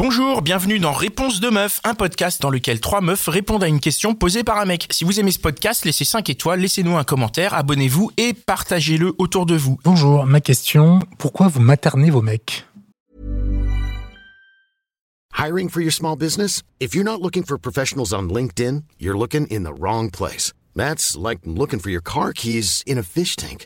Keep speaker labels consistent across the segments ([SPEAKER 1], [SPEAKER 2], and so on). [SPEAKER 1] Bonjour, bienvenue dans Réponse de meuf, un podcast dans lequel trois meufs répondent à une question posée par un mec. Si vous aimez ce podcast, laissez 5 étoiles, laissez-nous un commentaire, abonnez-vous et partagez-le autour de vous.
[SPEAKER 2] Bonjour, ma question, pourquoi vous maternez vos mecs
[SPEAKER 3] Hiring for your small business? If you're not looking for professionals on LinkedIn, you're looking in the wrong place. That's like looking for your car keys in a fish tank.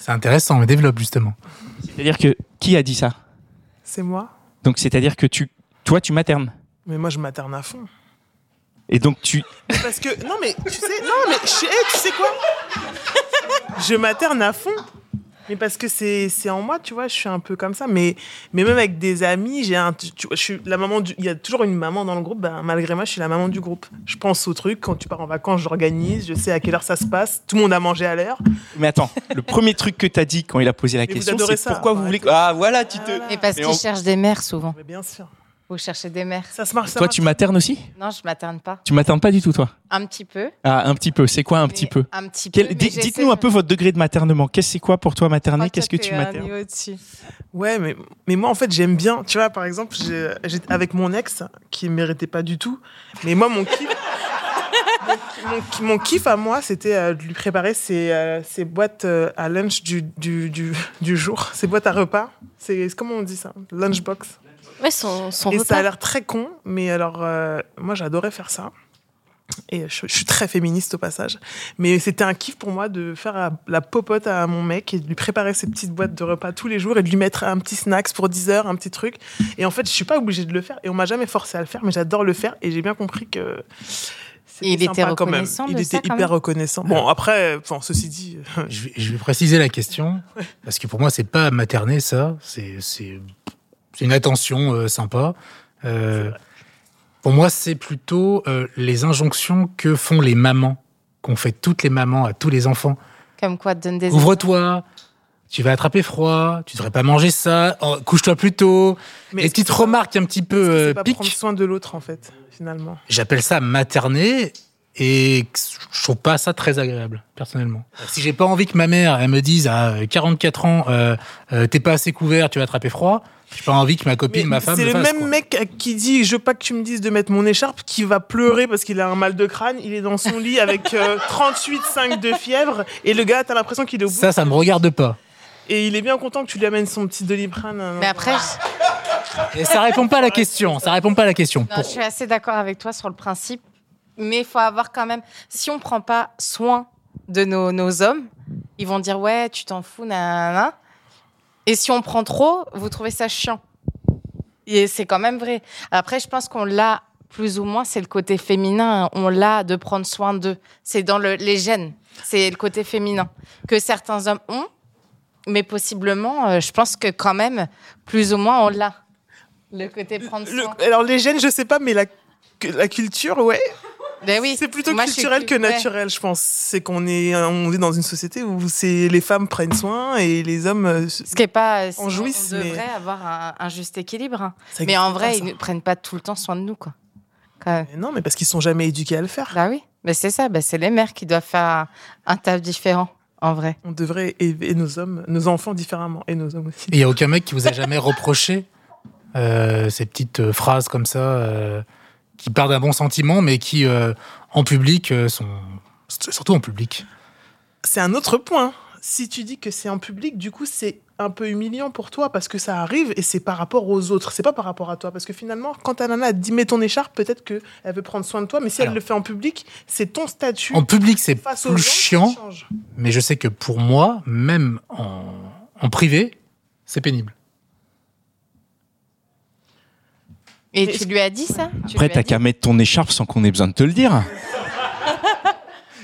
[SPEAKER 2] C'est intéressant, mais développe justement.
[SPEAKER 4] C'est-à-dire que qui a dit ça
[SPEAKER 5] C'est moi
[SPEAKER 4] Donc c'est-à-dire que tu, toi, tu maternes.
[SPEAKER 5] Mais moi, je materne à fond.
[SPEAKER 4] Et donc tu,
[SPEAKER 5] Mais Parce que, non, mais tu sais, non, mais je sais- hey, tu sais quoi Je materne à fond. Mais parce que c'est c'est en moi, tu vois, je suis un peu comme ça. Mais, mais même avec des amis, j'ai un. tu- tu vois, je suis la maman du- Il y a toujours une maman dans le groupe. Ben, malgré moi, je suis la maman du groupe. Je pense au truc. Quand tu pars en vacances, j'organise. Je sais à quelle heure ça se passe. Tout le monde a mangé à l'heure.
[SPEAKER 4] mais attends, le premier truc que t'as dit quand il a posé la
[SPEAKER 5] Mais vous
[SPEAKER 4] question,
[SPEAKER 5] adorez
[SPEAKER 4] c'est
[SPEAKER 5] ça,
[SPEAKER 4] pourquoi vous voulez Ah voilà, tu te.
[SPEAKER 6] Mais parce
[SPEAKER 4] Mais
[SPEAKER 6] qu'ils
[SPEAKER 4] on-
[SPEAKER 6] cherchent des mères souvent.
[SPEAKER 5] Mais bien sûr.
[SPEAKER 6] Faut chercher des mères.
[SPEAKER 5] Ça se marche, ça
[SPEAKER 4] Toi,
[SPEAKER 5] marche.
[SPEAKER 4] tu maternes aussi
[SPEAKER 6] Non, je m'attarde pas.
[SPEAKER 4] Tu maternes pas du tout, toi
[SPEAKER 6] Un petit peu.
[SPEAKER 4] Ah, un petit peu. C'est quoi un
[SPEAKER 6] mais-
[SPEAKER 4] petit peu
[SPEAKER 6] Un petit peu.
[SPEAKER 4] Quel-
[SPEAKER 6] mais
[SPEAKER 4] di-
[SPEAKER 6] j'essaie
[SPEAKER 4] Dites-nous
[SPEAKER 6] de-
[SPEAKER 4] un peu votre degré de maternement. Qu'est-ce que c'est quoi pour toi materner
[SPEAKER 5] Oh,
[SPEAKER 6] Toi,
[SPEAKER 4] Qu'est-ce que
[SPEAKER 6] t'es
[SPEAKER 4] tu
[SPEAKER 6] un
[SPEAKER 4] maternes
[SPEAKER 6] niveau au-dessus.
[SPEAKER 5] Ouais, mais, mais moi, en fait, j'aime bien. Tu vois, par exemple, j'ai- j'étais avec mon ex, qui méritait pas du tout. Mais moi, mon kiff. mon, mon- mon kiff à moi, c'était euh, de lui préparer ses, euh, ses boîtes euh, à lunch du, du, du, du jour, ses boîtes à repas. C'est comment on dit ça Lunchbox.
[SPEAKER 7] Ouais, son, son
[SPEAKER 5] Et
[SPEAKER 7] repas.
[SPEAKER 5] ça a l'air très con, mais alors, euh, moi, j'adorais faire ça. Et je, je suis très féministe au passage. Mais c'était un kiff pour moi de faire à- la popote à mon mec et de lui préparer ses petites boîtes de repas tous les jours et de lui mettre un petit snacks pour 10 heures, un petit truc. Et en fait, je suis pas obligée de le faire. Et on m'a jamais forcé à le faire, mais j'adore le faire. Et j'ai bien compris que. c'était
[SPEAKER 6] Et il était
[SPEAKER 5] sympa quand même.
[SPEAKER 6] reconnaissant de
[SPEAKER 5] Il était
[SPEAKER 6] ça, quand
[SPEAKER 5] hyper
[SPEAKER 6] même
[SPEAKER 5] reconnaissant. Bon, après, euh, enfin, ceci dit,
[SPEAKER 2] Je vais, je vais préciser la question, parce que pour moi, c'est pas materner ça, c'est c'est- c'est une attention euh, sympa. Euh, pour moi, c'est plutôt euh, les injonctions que font les mamans, qu'on fait toutes les mamans à tous les enfants.
[SPEAKER 6] Comme quoi, te donne des.
[SPEAKER 2] Ouvre-toi, tu vas attraper froid, tu devrais pas manger ça, oh, couche-toi plus tôt.
[SPEAKER 5] Mais
[SPEAKER 2] les
[SPEAKER 5] est-ce que
[SPEAKER 2] petites
[SPEAKER 5] ça-
[SPEAKER 2] remarques un petit peu
[SPEAKER 5] c'est
[SPEAKER 2] euh,
[SPEAKER 5] pas
[SPEAKER 2] piquent.
[SPEAKER 5] prendre soin de l'autre, en fait, finalement.
[SPEAKER 2] J'appelle ça materner et je trouve pas ça très agréable, personnellement. Si j'ai pas envie que ma mère, elle me dise à 44 ans, euh, euh, t'es pas assez couvert, tu vas attraper froid, j'ai pas envie que ma copine,
[SPEAKER 5] Mais
[SPEAKER 2] ma femme
[SPEAKER 5] C'est
[SPEAKER 2] le
[SPEAKER 5] le
[SPEAKER 2] fasse.
[SPEAKER 5] même
[SPEAKER 2] quoi.
[SPEAKER 5] mec qui dit Je veux pas que tu me dises de mettre mon écharpe, qui va pleurer parce qu'il a un mal de crâne. Il est dans son lit avec euh, 38,5 de fièvre. Et le gars, t'as l'impression qu'il est au bout.
[SPEAKER 2] Ça, ça me regarde pas.
[SPEAKER 5] Et il est bien content que tu lui amènes son petit doliprane. hein.
[SPEAKER 6] Mais après, je,
[SPEAKER 2] Et ça répond pas à la question, ça répond pas à la question.
[SPEAKER 6] non,
[SPEAKER 2] Pour-
[SPEAKER 6] je suis assez d'accord avec toi sur le principe. Mais il faut avoir quand même. Si on prend pas soin de nos, nos hommes, ils vont dire Ouais, tu t'en fous, nanana. Et si on prend trop, vous trouvez ça chiant. Et c'est quand même vrai. Après, je pense qu'on l'a plus ou moins, c'est le côté féminin, hein. on l'a de prendre soin d'eux. C'est dans le, les gènes, c'est le côté féminin que certains hommes ont, mais possiblement, euh, je pense que quand même, plus ou moins, on l'a. Le côté prendre
[SPEAKER 5] Le-
[SPEAKER 6] soin.
[SPEAKER 5] alors, les gènes, je sais pas, mais la, que- la culture, ouais.
[SPEAKER 6] Ben oui,
[SPEAKER 5] c'est plutôt
[SPEAKER 6] moi, je suis
[SPEAKER 5] culturel que
[SPEAKER 6] cul- ouais.
[SPEAKER 5] naturel, je pense. C'est qu'on est, on est dans une société où c'est les femmes prennent soin et les hommes. euh,
[SPEAKER 6] Ce qui est pas. euh, sinon,
[SPEAKER 5] jouisse,
[SPEAKER 6] on
[SPEAKER 5] mais-
[SPEAKER 6] devrait avoir un, un juste équilibre. hein.
[SPEAKER 5] ça
[SPEAKER 6] Mais
[SPEAKER 5] existe
[SPEAKER 6] en
[SPEAKER 5] pas,
[SPEAKER 6] vrai,
[SPEAKER 5] ça.
[SPEAKER 6] ils ne prennent pas tout le temps soin de nous, quoi. Quand même.
[SPEAKER 5] Mais Non, mais parce qu'ils sont jamais éduqués à le faire.
[SPEAKER 6] Bah oui, mais c'est ça, bah c'est les mères qui doivent faire un, un taf différent, en vrai.
[SPEAKER 5] On devrait élever nos hommes, nos enfants différemment et nos hommes aussi.
[SPEAKER 2] Il y a aucun mec qui vous a jamais reproché euh, ces petites euh, phrases comme ça euh, qui partent d'un bon sentiment, mais qui euh, en public euh, sont surtout en public.
[SPEAKER 5] c'est un autre point. Si tu dis que c'est en public, du coup, c'est un peu humiliant pour toi parce que ça arrive et c'est par rapport aux autres, c'est pas par rapport à toi. Parce que finalement, quand ta nana dit mets ton écharpe, peut-être que elle veut prendre soin de toi, mais si
[SPEAKER 2] Alors.
[SPEAKER 5] elle le fait en public, c'est ton statut
[SPEAKER 2] En public, c'est
[SPEAKER 5] face
[SPEAKER 2] plus
[SPEAKER 5] aux gens qui
[SPEAKER 2] chiant,
[SPEAKER 5] change.
[SPEAKER 2] mais je sais que pour moi, même en, en privé, c'est pénible.
[SPEAKER 6] Et
[SPEAKER 5] Mais-
[SPEAKER 6] tu lui as dit ça Tu
[SPEAKER 4] Après,
[SPEAKER 6] lui as
[SPEAKER 4] t'as
[SPEAKER 6] dit
[SPEAKER 4] qu'à mettre ton écharpe sans qu'on ait besoin de te le dire.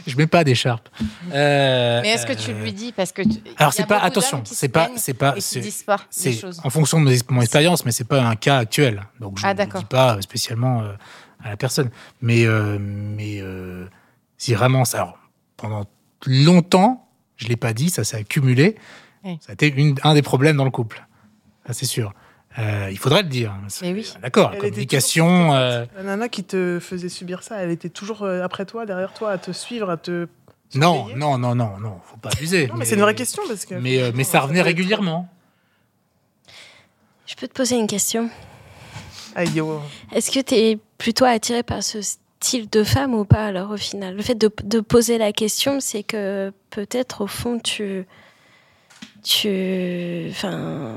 [SPEAKER 2] je mets pas d'écharpe. Euh,
[SPEAKER 6] Mais est-ce que tu
[SPEAKER 2] euh,
[SPEAKER 6] lui dis parce que tu- il y a
[SPEAKER 2] Alors c'est pas
[SPEAKER 6] beaucoup
[SPEAKER 2] attention,
[SPEAKER 6] d'hommes qui
[SPEAKER 2] c'est
[SPEAKER 6] se
[SPEAKER 2] pas
[SPEAKER 6] plaignent
[SPEAKER 2] c'est pas
[SPEAKER 6] et qui
[SPEAKER 2] c'est-
[SPEAKER 6] disent pas les
[SPEAKER 2] c'est
[SPEAKER 6] choses.
[SPEAKER 2] en fonction de mes- mon expérience, mais c'est pas un cas actuel. Donc je
[SPEAKER 6] Ah,
[SPEAKER 2] ne le
[SPEAKER 6] d'accord.
[SPEAKER 2] dis pas spécialement euh, à la personne. Mais euh, mais euh, si vraiment ça, alors, pendant longtemps, je l'ai pas dit, ça s'est accumulé.
[SPEAKER 6] Oui.
[SPEAKER 2] Ça a été une- un des problèmes dans le couple. Ça c'est sûr. Euh, il faudrait le dire.
[SPEAKER 6] Mais oui.
[SPEAKER 2] D'accord.
[SPEAKER 5] Elle
[SPEAKER 2] La
[SPEAKER 5] était
[SPEAKER 2] communication.
[SPEAKER 5] toujours-
[SPEAKER 2] euh,
[SPEAKER 5] La nana qui te faisait subir ça, elle était toujours euh, après toi, derrière toi, à te suivre, à te.
[SPEAKER 2] non,
[SPEAKER 5] surveiller
[SPEAKER 2] non, non, non, non. Faut pas abuser.
[SPEAKER 5] Non, mais, c'est une vraie question parce que.
[SPEAKER 2] Mais, euh, mais ça revenait régulièrement.
[SPEAKER 7] Je peux te poser une question.
[SPEAKER 5] Aïe, yo.
[SPEAKER 7] Est-ce que tu es plutôt attiré par ce style de femme ou pas alors au final Le fait de, de poser la question, c'est que peut-être au fond tu tu enfin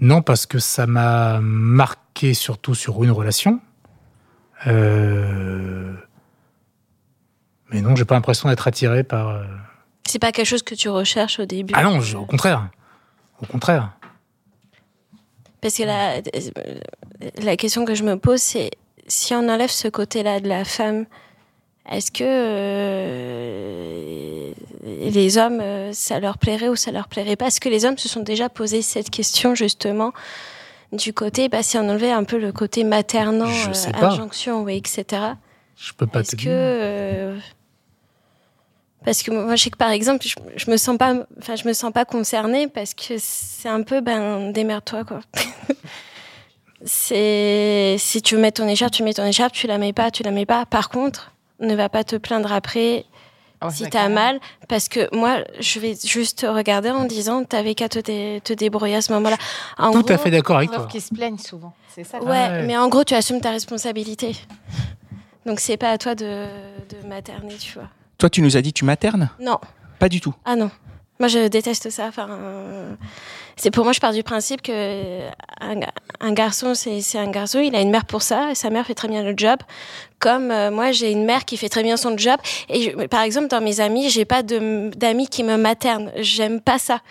[SPEAKER 2] Non, parce que ça m'a marqué surtout sur une relation. Euh, Mais non, j'ai pas l'impression d'être attiré par. euh,
[SPEAKER 7] c'est pas quelque chose que tu recherches au début.
[SPEAKER 2] Ah non, je- au contraire. Au contraire.
[SPEAKER 7] Parce que la, euh, la question que je me pose, c'est si on enlève ce côté-là de la femme, est-ce que euh, les hommes, euh, ça leur plairait ou ça leur plairait pas Est-ce que les hommes se sont déjà posé cette question justement du côté, bah, si on enlevait un peu le côté maternant, euh,
[SPEAKER 2] Je sais pas.
[SPEAKER 7] injonction, oui, etc.
[SPEAKER 2] Je peux pas te
[SPEAKER 7] Est-ce que.
[SPEAKER 2] dire.
[SPEAKER 7] euh, parce que moi, je sais que par exemple, je, je me sens pas, enfin, je me sens pas concernée parce que c'est un peu, ben, démerde-toi, quoi. c'est, si tu veux mettre ton écharpe, tu mets ton écharpe, tu la mets pas, tu la mets pas. Par contre, ne va pas te plaindre après
[SPEAKER 6] Ah ouais,
[SPEAKER 7] si
[SPEAKER 6] bah,
[SPEAKER 7] t'as
[SPEAKER 6] carrément.
[SPEAKER 7] mal, parce que moi, je vais juste te regarder en disant, t'avais qu'à te, dé- te débrouiller à ce moment-là. En
[SPEAKER 2] Tout à
[SPEAKER 7] gros,
[SPEAKER 2] fait d'accord avec
[SPEAKER 6] Sauf
[SPEAKER 2] toi.
[SPEAKER 6] qu'ils se plaignent souvent. C'est ça.
[SPEAKER 7] Ouais,
[SPEAKER 2] ouais.
[SPEAKER 7] mais en gros, tu assumes ta responsabilité. Donc, c'est pas à toi de, de materner, tu vois.
[SPEAKER 4] Toi, tu nous as dit tu maternes
[SPEAKER 7] Non,
[SPEAKER 4] Pas du tout.
[SPEAKER 7] ah non. Moi, je déteste ça. Enfin, euh, c'est pour moi, je pars du principe que euh, un, ga- un garçon, c'est c'est un garçon. Il a une mère pour ça. Et sa mère fait très bien le job. Comme euh, moi, j'ai une mère qui fait très bien son job. Et je- mais par exemple, dans mes amis, j'ai pas de- d'amis qui me maternent. J'aime pas ça.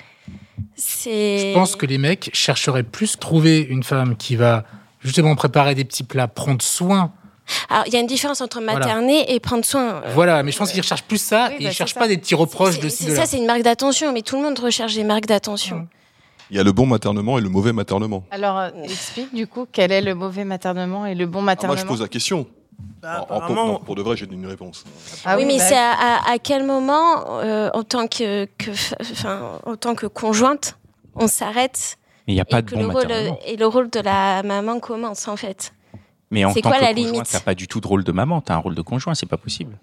[SPEAKER 7] C'est.
[SPEAKER 2] Je pense que les mecs chercheraient plus trouver une femme qui va justement préparer des petits plats, prendre soin.
[SPEAKER 7] Alors, il y a une différence entre
[SPEAKER 2] Voilà.
[SPEAKER 7] materner et prendre soin. Euh,
[SPEAKER 2] Voilà, mais je pense qu'ils recherchent plus
[SPEAKER 6] Oui,
[SPEAKER 2] ça et
[SPEAKER 6] bah,
[SPEAKER 2] ils
[SPEAKER 6] c'est
[SPEAKER 2] cherchent
[SPEAKER 6] ça.
[SPEAKER 2] pas des petits reproches
[SPEAKER 7] c'est-
[SPEAKER 2] de ci,
[SPEAKER 7] c'est-
[SPEAKER 2] de
[SPEAKER 7] ça,
[SPEAKER 2] là.
[SPEAKER 7] c'est une marque d'attention, mais tout le monde recherche des marques d'attention.
[SPEAKER 8] Il y a le bon maternement et le mauvais maternement.
[SPEAKER 6] Alors euh, explique du coup quel est le mauvais maternement et le bon
[SPEAKER 8] Ah, moi, je
[SPEAKER 6] maternement.
[SPEAKER 8] pose la question.
[SPEAKER 5] Bah,
[SPEAKER 8] En- en-
[SPEAKER 5] apparemment,
[SPEAKER 8] non, pour de vrai, j'ai une réponse.
[SPEAKER 6] Ah
[SPEAKER 7] oui, mais
[SPEAKER 6] bah,
[SPEAKER 7] c'est à, à- à quel moment, euh, en, tant que, que f- enfin, en tant que conjointe, on s'arrête
[SPEAKER 4] Mais il n'y a pas
[SPEAKER 7] et,
[SPEAKER 4] de
[SPEAKER 7] que
[SPEAKER 4] bon
[SPEAKER 7] le rôle, euh,
[SPEAKER 4] maternement.
[SPEAKER 7] et le rôle de la maman commence en fait
[SPEAKER 4] Mais en
[SPEAKER 7] c'est
[SPEAKER 4] tant
[SPEAKER 7] quoi
[SPEAKER 4] que
[SPEAKER 7] la
[SPEAKER 4] conjoint,
[SPEAKER 7] limite
[SPEAKER 4] t'as pas du tout de rôle de maman, t'as un rôle de conjoint, c'est pas possible.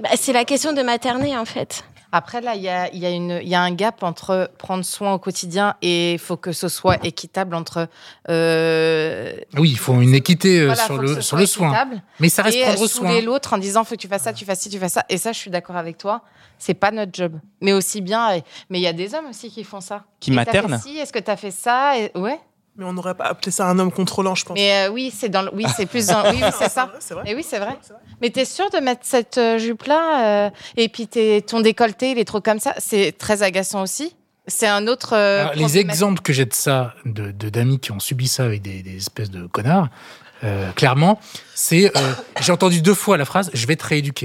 [SPEAKER 7] Bah, C'est la question de materner en fait.
[SPEAKER 6] Après, là, il y a, il y a une- il y a un gap entre prendre soin au quotidien et il faut que ce soit équitable entre. euh,
[SPEAKER 2] Oui, il faut une équité euh,
[SPEAKER 6] voilà,
[SPEAKER 2] sur
[SPEAKER 6] faut que
[SPEAKER 2] le
[SPEAKER 6] ce
[SPEAKER 2] sur
[SPEAKER 6] soit
[SPEAKER 2] le soin.
[SPEAKER 6] équitable
[SPEAKER 2] Mais ça reste
[SPEAKER 6] Et euh,
[SPEAKER 2] prendre soin.
[SPEAKER 6] saouler l'autre en disant faut que tu fasses ça, tu fasses ci, tu fasses ça. Et ça, je suis d'accord avec toi. C'est pas notre job. Mais aussi bien. et- Mais il y a des hommes aussi qui font ça.
[SPEAKER 4] Qui
[SPEAKER 6] Et t'as fait
[SPEAKER 4] maternent
[SPEAKER 6] ci, Est-ce que tu as fait ça Et- Ouais.
[SPEAKER 5] Mais on n'aurait pas appelé ça un homme contrôlant, je pense.
[SPEAKER 6] Mais euh, oui, c'est dans. le- Oui, c'est plus. Dans... Oui, oui, c'est ça.
[SPEAKER 5] C'est vrai.
[SPEAKER 6] Mais oui, c'est vrai.
[SPEAKER 5] C'est vrai.
[SPEAKER 6] Mais t'es sûr de mettre cette euh, jupe-là euh, Et puis t'es- ton décolleté, il est trop comme ça. C'est très agaçant aussi. C'est un autre. euh,
[SPEAKER 2] Alors, Ah, les
[SPEAKER 6] problématique.
[SPEAKER 2] exemples que j'ai de ça, de de- d'amis qui ont subi ça avec des, des espèces de connards, euh, clairement, c'est. euh, j'ai entendu deux fois la phrase je vais te rééduquer.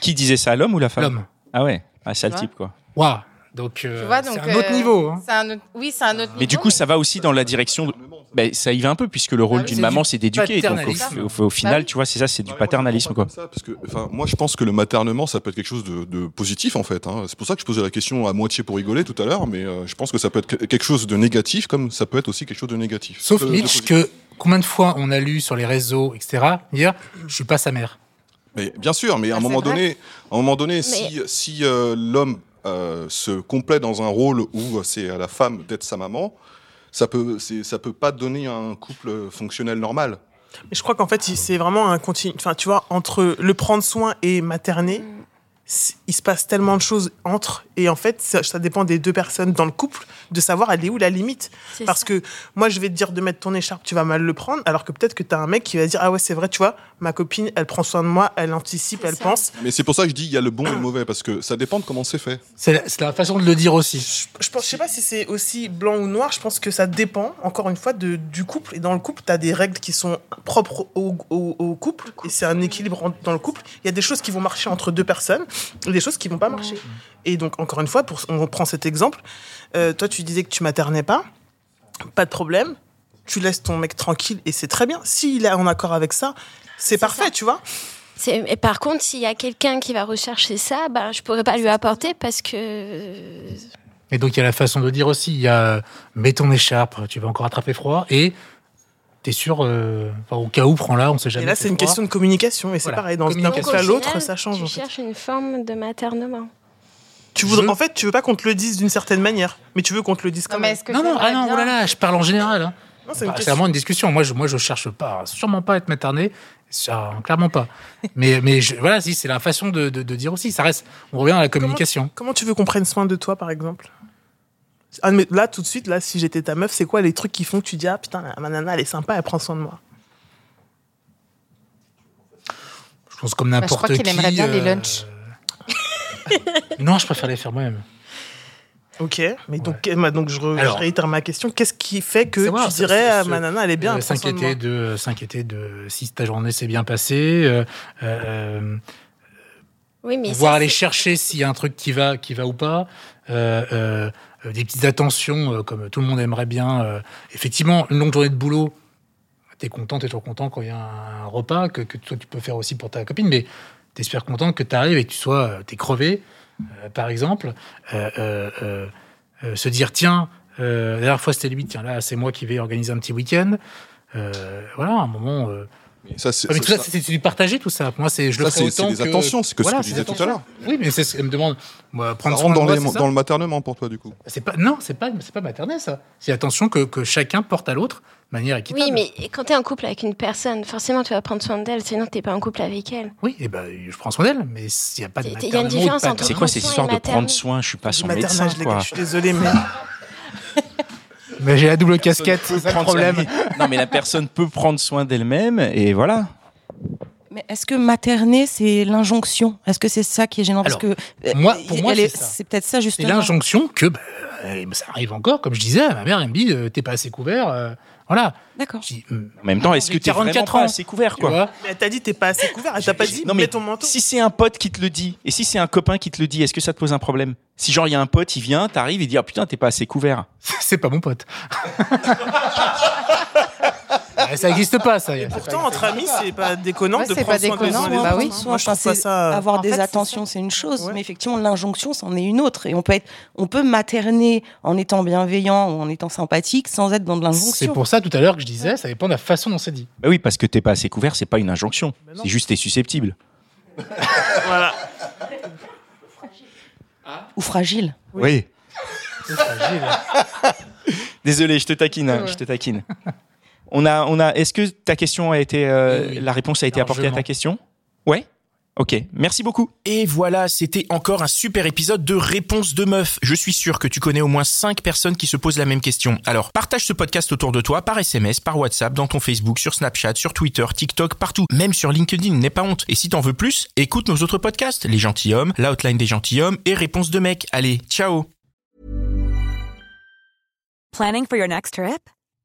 [SPEAKER 4] Qui disait ça, l'homme ou la femme
[SPEAKER 2] L'homme.
[SPEAKER 4] Ah ouais, ah, c'est le
[SPEAKER 6] Tu
[SPEAKER 4] type quoi.
[SPEAKER 2] Waouh Donc, euh,
[SPEAKER 6] Tu vois,
[SPEAKER 2] c'est
[SPEAKER 6] donc,
[SPEAKER 2] un autre
[SPEAKER 6] euh,
[SPEAKER 2] niveau. hein.
[SPEAKER 6] c'est un autre- Oui, c'est un autre
[SPEAKER 4] Mais du coup, ça va aussi dans la direction. de- Ben, ça y va un peu puisque le rôle
[SPEAKER 2] Ah oui,
[SPEAKER 4] d'une
[SPEAKER 2] c'est
[SPEAKER 4] maman
[SPEAKER 2] du
[SPEAKER 4] c'est d'éduquer. Donc au,
[SPEAKER 2] paternalisme.
[SPEAKER 4] au- au final,
[SPEAKER 6] Bah oui.
[SPEAKER 4] tu vois, c'est ça, c'est du
[SPEAKER 8] Non, mais moi, je
[SPEAKER 4] paternalisme
[SPEAKER 8] comprends
[SPEAKER 4] quoi.
[SPEAKER 8] pas comme ça, parce que, enfin, moi, je pense que le maternement, ça peut être quelque chose de, de positif, en fait. hein. C'est pour ça que je posais la question à moitié pour rigoler tout à l'heure, mais euh, je pense que ça peut être que- quelque chose de négatif, comme ça peut être aussi quelque chose de négatif. Euh,
[SPEAKER 2] Sauf
[SPEAKER 8] De- de
[SPEAKER 2] Mitch,
[SPEAKER 8] positif.
[SPEAKER 2] que combien de fois on a lu sur les réseaux, etc., dire je suis pas sa mère.
[SPEAKER 8] Mais bien sûr, mais à
[SPEAKER 6] Ah,
[SPEAKER 8] un moment
[SPEAKER 6] c'est vrai.
[SPEAKER 8] donné, à un moment donné, si, si euh, l'homme euh, se complaît dans un rôle où euh, c'est à la femme d'être sa maman, ça peut, c'est- ça peut pas donner un couple fonctionnel normal.
[SPEAKER 5] Mais je crois qu'en fait, il- c'est vraiment un continu. Enfin, tu vois, entre le prendre soin et materner,
[SPEAKER 7] Mm.
[SPEAKER 5] s- il se passe tellement de choses entre. Et en fait, ça, ça dépend des deux personnes dans le couple de savoir elle est où la limite.
[SPEAKER 7] C'est
[SPEAKER 5] Parce
[SPEAKER 7] ça.
[SPEAKER 5] que moi, je vais te dire de mettre ton écharpe, tu vas mal le prendre. Alors que peut-être que tu as un mec qui va dire Ah ouais, c'est vrai, tu vois, ma copine, elle prend soin de moi, elle anticipe,
[SPEAKER 7] C'est
[SPEAKER 5] elle
[SPEAKER 7] ça.
[SPEAKER 5] pense.
[SPEAKER 8] Mais c'est pour ça que je dis il y a le bon et le mauvais parce que ça dépend de comment c'est fait.
[SPEAKER 2] C'est la, c'est la façon de le dire aussi.
[SPEAKER 5] Je pense, je sais pas si c'est aussi blanc ou noir. Je pense que ça dépend, encore une fois, de, du couple. Et dans le couple, tu as des règles qui sont propres au, au- au couple. Et c'est un équilibre en- dans le couple. Il y a des choses qui vont marcher entre deux personnes et des choses qui vont pas marcher. Et donc, encore une fois, pour, on reprend cet exemple. Euh, toi, tu disais que tu maternais pas. Pas de problème. Tu laisses ton mec tranquille et c'est très bien. S'il est en accord avec ça, c'est parfait, tu vois.
[SPEAKER 7] C'est- Et par contre, s'il y a quelqu'un qui va rechercher ça, ben, je pourrais pas lui apporter parce que euh,
[SPEAKER 2] Et donc, il y a la façon de dire aussi. Il y a euh, mets ton écharpe, tu vas encore attraper froid. Et t'es sûr, euh, enfin, au cas où, prends-la, on sait jamais.
[SPEAKER 5] Et là,
[SPEAKER 2] fait
[SPEAKER 5] c'est une
[SPEAKER 2] froid.
[SPEAKER 5] question de communication et c'est
[SPEAKER 2] Voilà.
[SPEAKER 5] pareil. Dans un
[SPEAKER 2] Communication.
[SPEAKER 5] couple à
[SPEAKER 7] au
[SPEAKER 5] l'autre,
[SPEAKER 7] final,
[SPEAKER 5] ça change.
[SPEAKER 7] Tu
[SPEAKER 5] en fait.
[SPEAKER 7] cherches une forme de maternement.
[SPEAKER 5] Tu voudrais-
[SPEAKER 2] Je-
[SPEAKER 5] En fait, tu veux pas qu'on te le dise d'une certaine manière, mais tu veux qu'on te le dise quand
[SPEAKER 6] Non, mais
[SPEAKER 5] même.
[SPEAKER 6] est-ce que
[SPEAKER 2] Non,
[SPEAKER 6] c'est
[SPEAKER 2] non,
[SPEAKER 6] vrai
[SPEAKER 2] ah non,
[SPEAKER 6] bien
[SPEAKER 2] oh là là, je parle en général. hein.
[SPEAKER 5] Non, c'est
[SPEAKER 2] Bah,
[SPEAKER 5] une
[SPEAKER 2] c'est
[SPEAKER 5] question.
[SPEAKER 2] vraiment une discussion. Moi, je, moi, je cherche pas, sûrement pas à être materné, ça, clairement pas. Mais, mais je- voilà, si, c'est la façon de, de- de dire aussi. Ça reste, on revient à la communication.
[SPEAKER 5] Comment tu veux qu'on prenne soin de toi, par exemple Ah, mais Là, tout de suite, là, si j'étais ta meuf, c'est quoi les trucs qui font que tu dis Ah putain, ma nana, elle est sympa, elle prend soin de moi
[SPEAKER 2] Je pense comme
[SPEAKER 6] Bah, je crois
[SPEAKER 2] n'importe qui.
[SPEAKER 6] qu'il aimerait bien les
[SPEAKER 2] euh,
[SPEAKER 6] lunchs.
[SPEAKER 2] non, je préfère les faire moi-même.
[SPEAKER 5] Ok, mais donc, que- bah, donc je, re-
[SPEAKER 2] Alors.
[SPEAKER 5] je réitère ma question qu'est-ce qui fait que
[SPEAKER 2] C'est
[SPEAKER 5] tu
[SPEAKER 2] moi, c'est-
[SPEAKER 5] dirais
[SPEAKER 2] c'est-
[SPEAKER 5] Ah,
[SPEAKER 2] c'est-
[SPEAKER 5] ma nana, elle est bien,
[SPEAKER 2] Euh,
[SPEAKER 5] elle prend soin de
[SPEAKER 2] s'inquiéter
[SPEAKER 5] moi
[SPEAKER 2] de, euh, s'inquiéter de si ta journée s'est bien passée, euh, euh,
[SPEAKER 7] Oui, mais
[SPEAKER 2] voir
[SPEAKER 7] ça,
[SPEAKER 2] aller
[SPEAKER 7] c'est-
[SPEAKER 2] chercher s'il y a un truc qui va, qui va ou pas. euh, euh, euh, des petites attentions, euh, comme tout le monde aimerait bien. euh. effectivement, une longue journée de boulot, t'es content, t'es toujours content quand il y a un, un repas que, que toi tu peux faire aussi pour ta copine, mais t'es super content que t'arrives et que tu sois, euh, t'es crevé, euh, par exemple. Euh, euh, euh, euh, se dire, tiens, euh, la dernière fois c'était lui, tiens là c'est moi qui vais organiser un petit week-end. Euh, voilà, un moment. euh,
[SPEAKER 8] Mais ça, c'est
[SPEAKER 2] ah, mais tout ça,
[SPEAKER 8] ça-
[SPEAKER 2] c'est c'est du partager tout ça. Pour moi, c'est je le
[SPEAKER 8] ça,
[SPEAKER 2] ferai
[SPEAKER 8] c'est- c'est
[SPEAKER 2] autant
[SPEAKER 8] des attentions, c'est que ce que je
[SPEAKER 2] c'est
[SPEAKER 8] disais
[SPEAKER 2] des
[SPEAKER 8] tout à l'heure.
[SPEAKER 2] attentions. Oui, mais c'est ce qu'elle me demande. Moi,
[SPEAKER 8] ça
[SPEAKER 2] prendre soin
[SPEAKER 8] rentre
[SPEAKER 2] de
[SPEAKER 8] dans,
[SPEAKER 2] moi,
[SPEAKER 8] les-
[SPEAKER 2] c'est ça
[SPEAKER 8] dans le maternement pour toi du coup.
[SPEAKER 2] C'est pas non, c'est pas c'est pas maternel ça. C'est l'attention que, que chacun porte à l'autre de manière équitable.
[SPEAKER 7] Oui, mais quand tu es en couple avec une personne, forcément tu vas prendre soin d'elle, sinon tu pas en couple avec elle.
[SPEAKER 2] Oui, et ben je prends soin d'elle, mais s'il n'y a pas de
[SPEAKER 7] Il y a une
[SPEAKER 2] maternellement ou de
[SPEAKER 7] différence entre
[SPEAKER 2] paternité-
[SPEAKER 4] C'est quoi cette
[SPEAKER 7] Prendre soin
[SPEAKER 4] histoire
[SPEAKER 7] et
[SPEAKER 4] de prendre
[SPEAKER 7] materner.
[SPEAKER 4] soin Je suis pas
[SPEAKER 5] Du
[SPEAKER 4] son médecin,
[SPEAKER 5] maternage, les gars,
[SPEAKER 4] quoi.
[SPEAKER 5] je suis désolé, mais
[SPEAKER 2] Mais j'ai la double casquette, c'est ça le
[SPEAKER 4] Prendre soin-
[SPEAKER 2] problème.
[SPEAKER 4] Non, mais la personne peut prendre soin d'elle-même et voilà.
[SPEAKER 9] Mais est-ce que materner, c'est l'injonction Est-ce que c'est ça qui est gênant Parce
[SPEAKER 2] Alors,
[SPEAKER 9] que euh,
[SPEAKER 2] moi- pour moi,
[SPEAKER 9] elle
[SPEAKER 2] c'est
[SPEAKER 9] est-
[SPEAKER 2] ça.
[SPEAKER 9] c'est peut-être ça
[SPEAKER 2] C'est
[SPEAKER 9] justement.
[SPEAKER 2] l'injonction que ben, euh, ça arrive encore. Comme je disais, ma mère elle me dit euh, t'es pas assez couvert, euh, voilà.
[SPEAKER 9] D'accord.
[SPEAKER 2] Je dis, hum,
[SPEAKER 4] En même temps, est-ce que
[SPEAKER 2] J'ai
[SPEAKER 4] t'es vraiment
[SPEAKER 2] 44
[SPEAKER 4] pas
[SPEAKER 2] ans.
[SPEAKER 4] assez couvert,
[SPEAKER 2] tu
[SPEAKER 4] quoi
[SPEAKER 2] vois,
[SPEAKER 5] elle t'a dit T'es pas assez couvert, elle t'a pas dit
[SPEAKER 4] Non, mais
[SPEAKER 5] Mets ton manteau.
[SPEAKER 4] Si c'est un pote qui te le dit, et si c'est un copain qui te le dit, est-ce que ça te pose un problème Si genre il y a un pote, il vient, t'arrives, il dit ah putain t'es pas assez couvert.
[SPEAKER 2] c'est pas mon pote. Ah, ça n'existe pas ça. C'est pas-
[SPEAKER 5] Pourtant, entre amis, c'est pas déconnant
[SPEAKER 6] Ouais,
[SPEAKER 5] de
[SPEAKER 6] c'est
[SPEAKER 5] prendre
[SPEAKER 6] pas
[SPEAKER 5] soin des uns
[SPEAKER 6] déconnant,
[SPEAKER 5] des
[SPEAKER 6] bah
[SPEAKER 5] autres,
[SPEAKER 6] oui.
[SPEAKER 5] hein.
[SPEAKER 9] Soin,
[SPEAKER 5] Moi, je trouve
[SPEAKER 9] enfin,
[SPEAKER 5] pas
[SPEAKER 9] c'est-
[SPEAKER 5] ça.
[SPEAKER 9] Avoir
[SPEAKER 6] En
[SPEAKER 9] des
[SPEAKER 6] fait, c'est
[SPEAKER 9] attentions, c'est une chose,
[SPEAKER 5] Ouais.
[SPEAKER 9] mais effectivement, l'injonction, c'en est une autre. Et on peut être, on peut materner en étant bienveillant ou en étant sympathique sans être dans de
[SPEAKER 2] C'est
[SPEAKER 9] l'injonction.
[SPEAKER 2] pour ça tout à l'heure que je disais, ça dépend de la façon dont c'est dit.
[SPEAKER 4] Bah oui parce que t'es pas assez couvert, c'est pas une injonction,
[SPEAKER 5] Bah non.
[SPEAKER 4] c'est juste t'es susceptible.
[SPEAKER 5] Voilà.
[SPEAKER 9] Ou fragile.
[SPEAKER 4] Oui. Désolé, je te taquine, hein, je te taquine. On a, on a. Est-ce que ta question a été, euh,
[SPEAKER 2] Oui, oui.
[SPEAKER 4] la réponse a été apportée à ta
[SPEAKER 2] Largement.
[SPEAKER 4] question Ouais. Ok. Merci beaucoup.
[SPEAKER 1] Et voilà, c'était encore un super épisode de Réponse de Meuf. Je suis sûr que tu connais au moins 5 personnes qui se posent la même question. Alors, partage ce podcast autour de toi par SMS, par WhatsApp, dans ton Facebook, sur Snapchat, sur Twitter, TikTok, partout, même sur LinkedIn, n'aie pas honte. Et si t'en veux plus, écoute nos autres podcasts, Les Gentilshommes, L'Outline des Gentilshommes et Réponse de Mec. Allez, ciao
[SPEAKER 10] Planning for your next trip?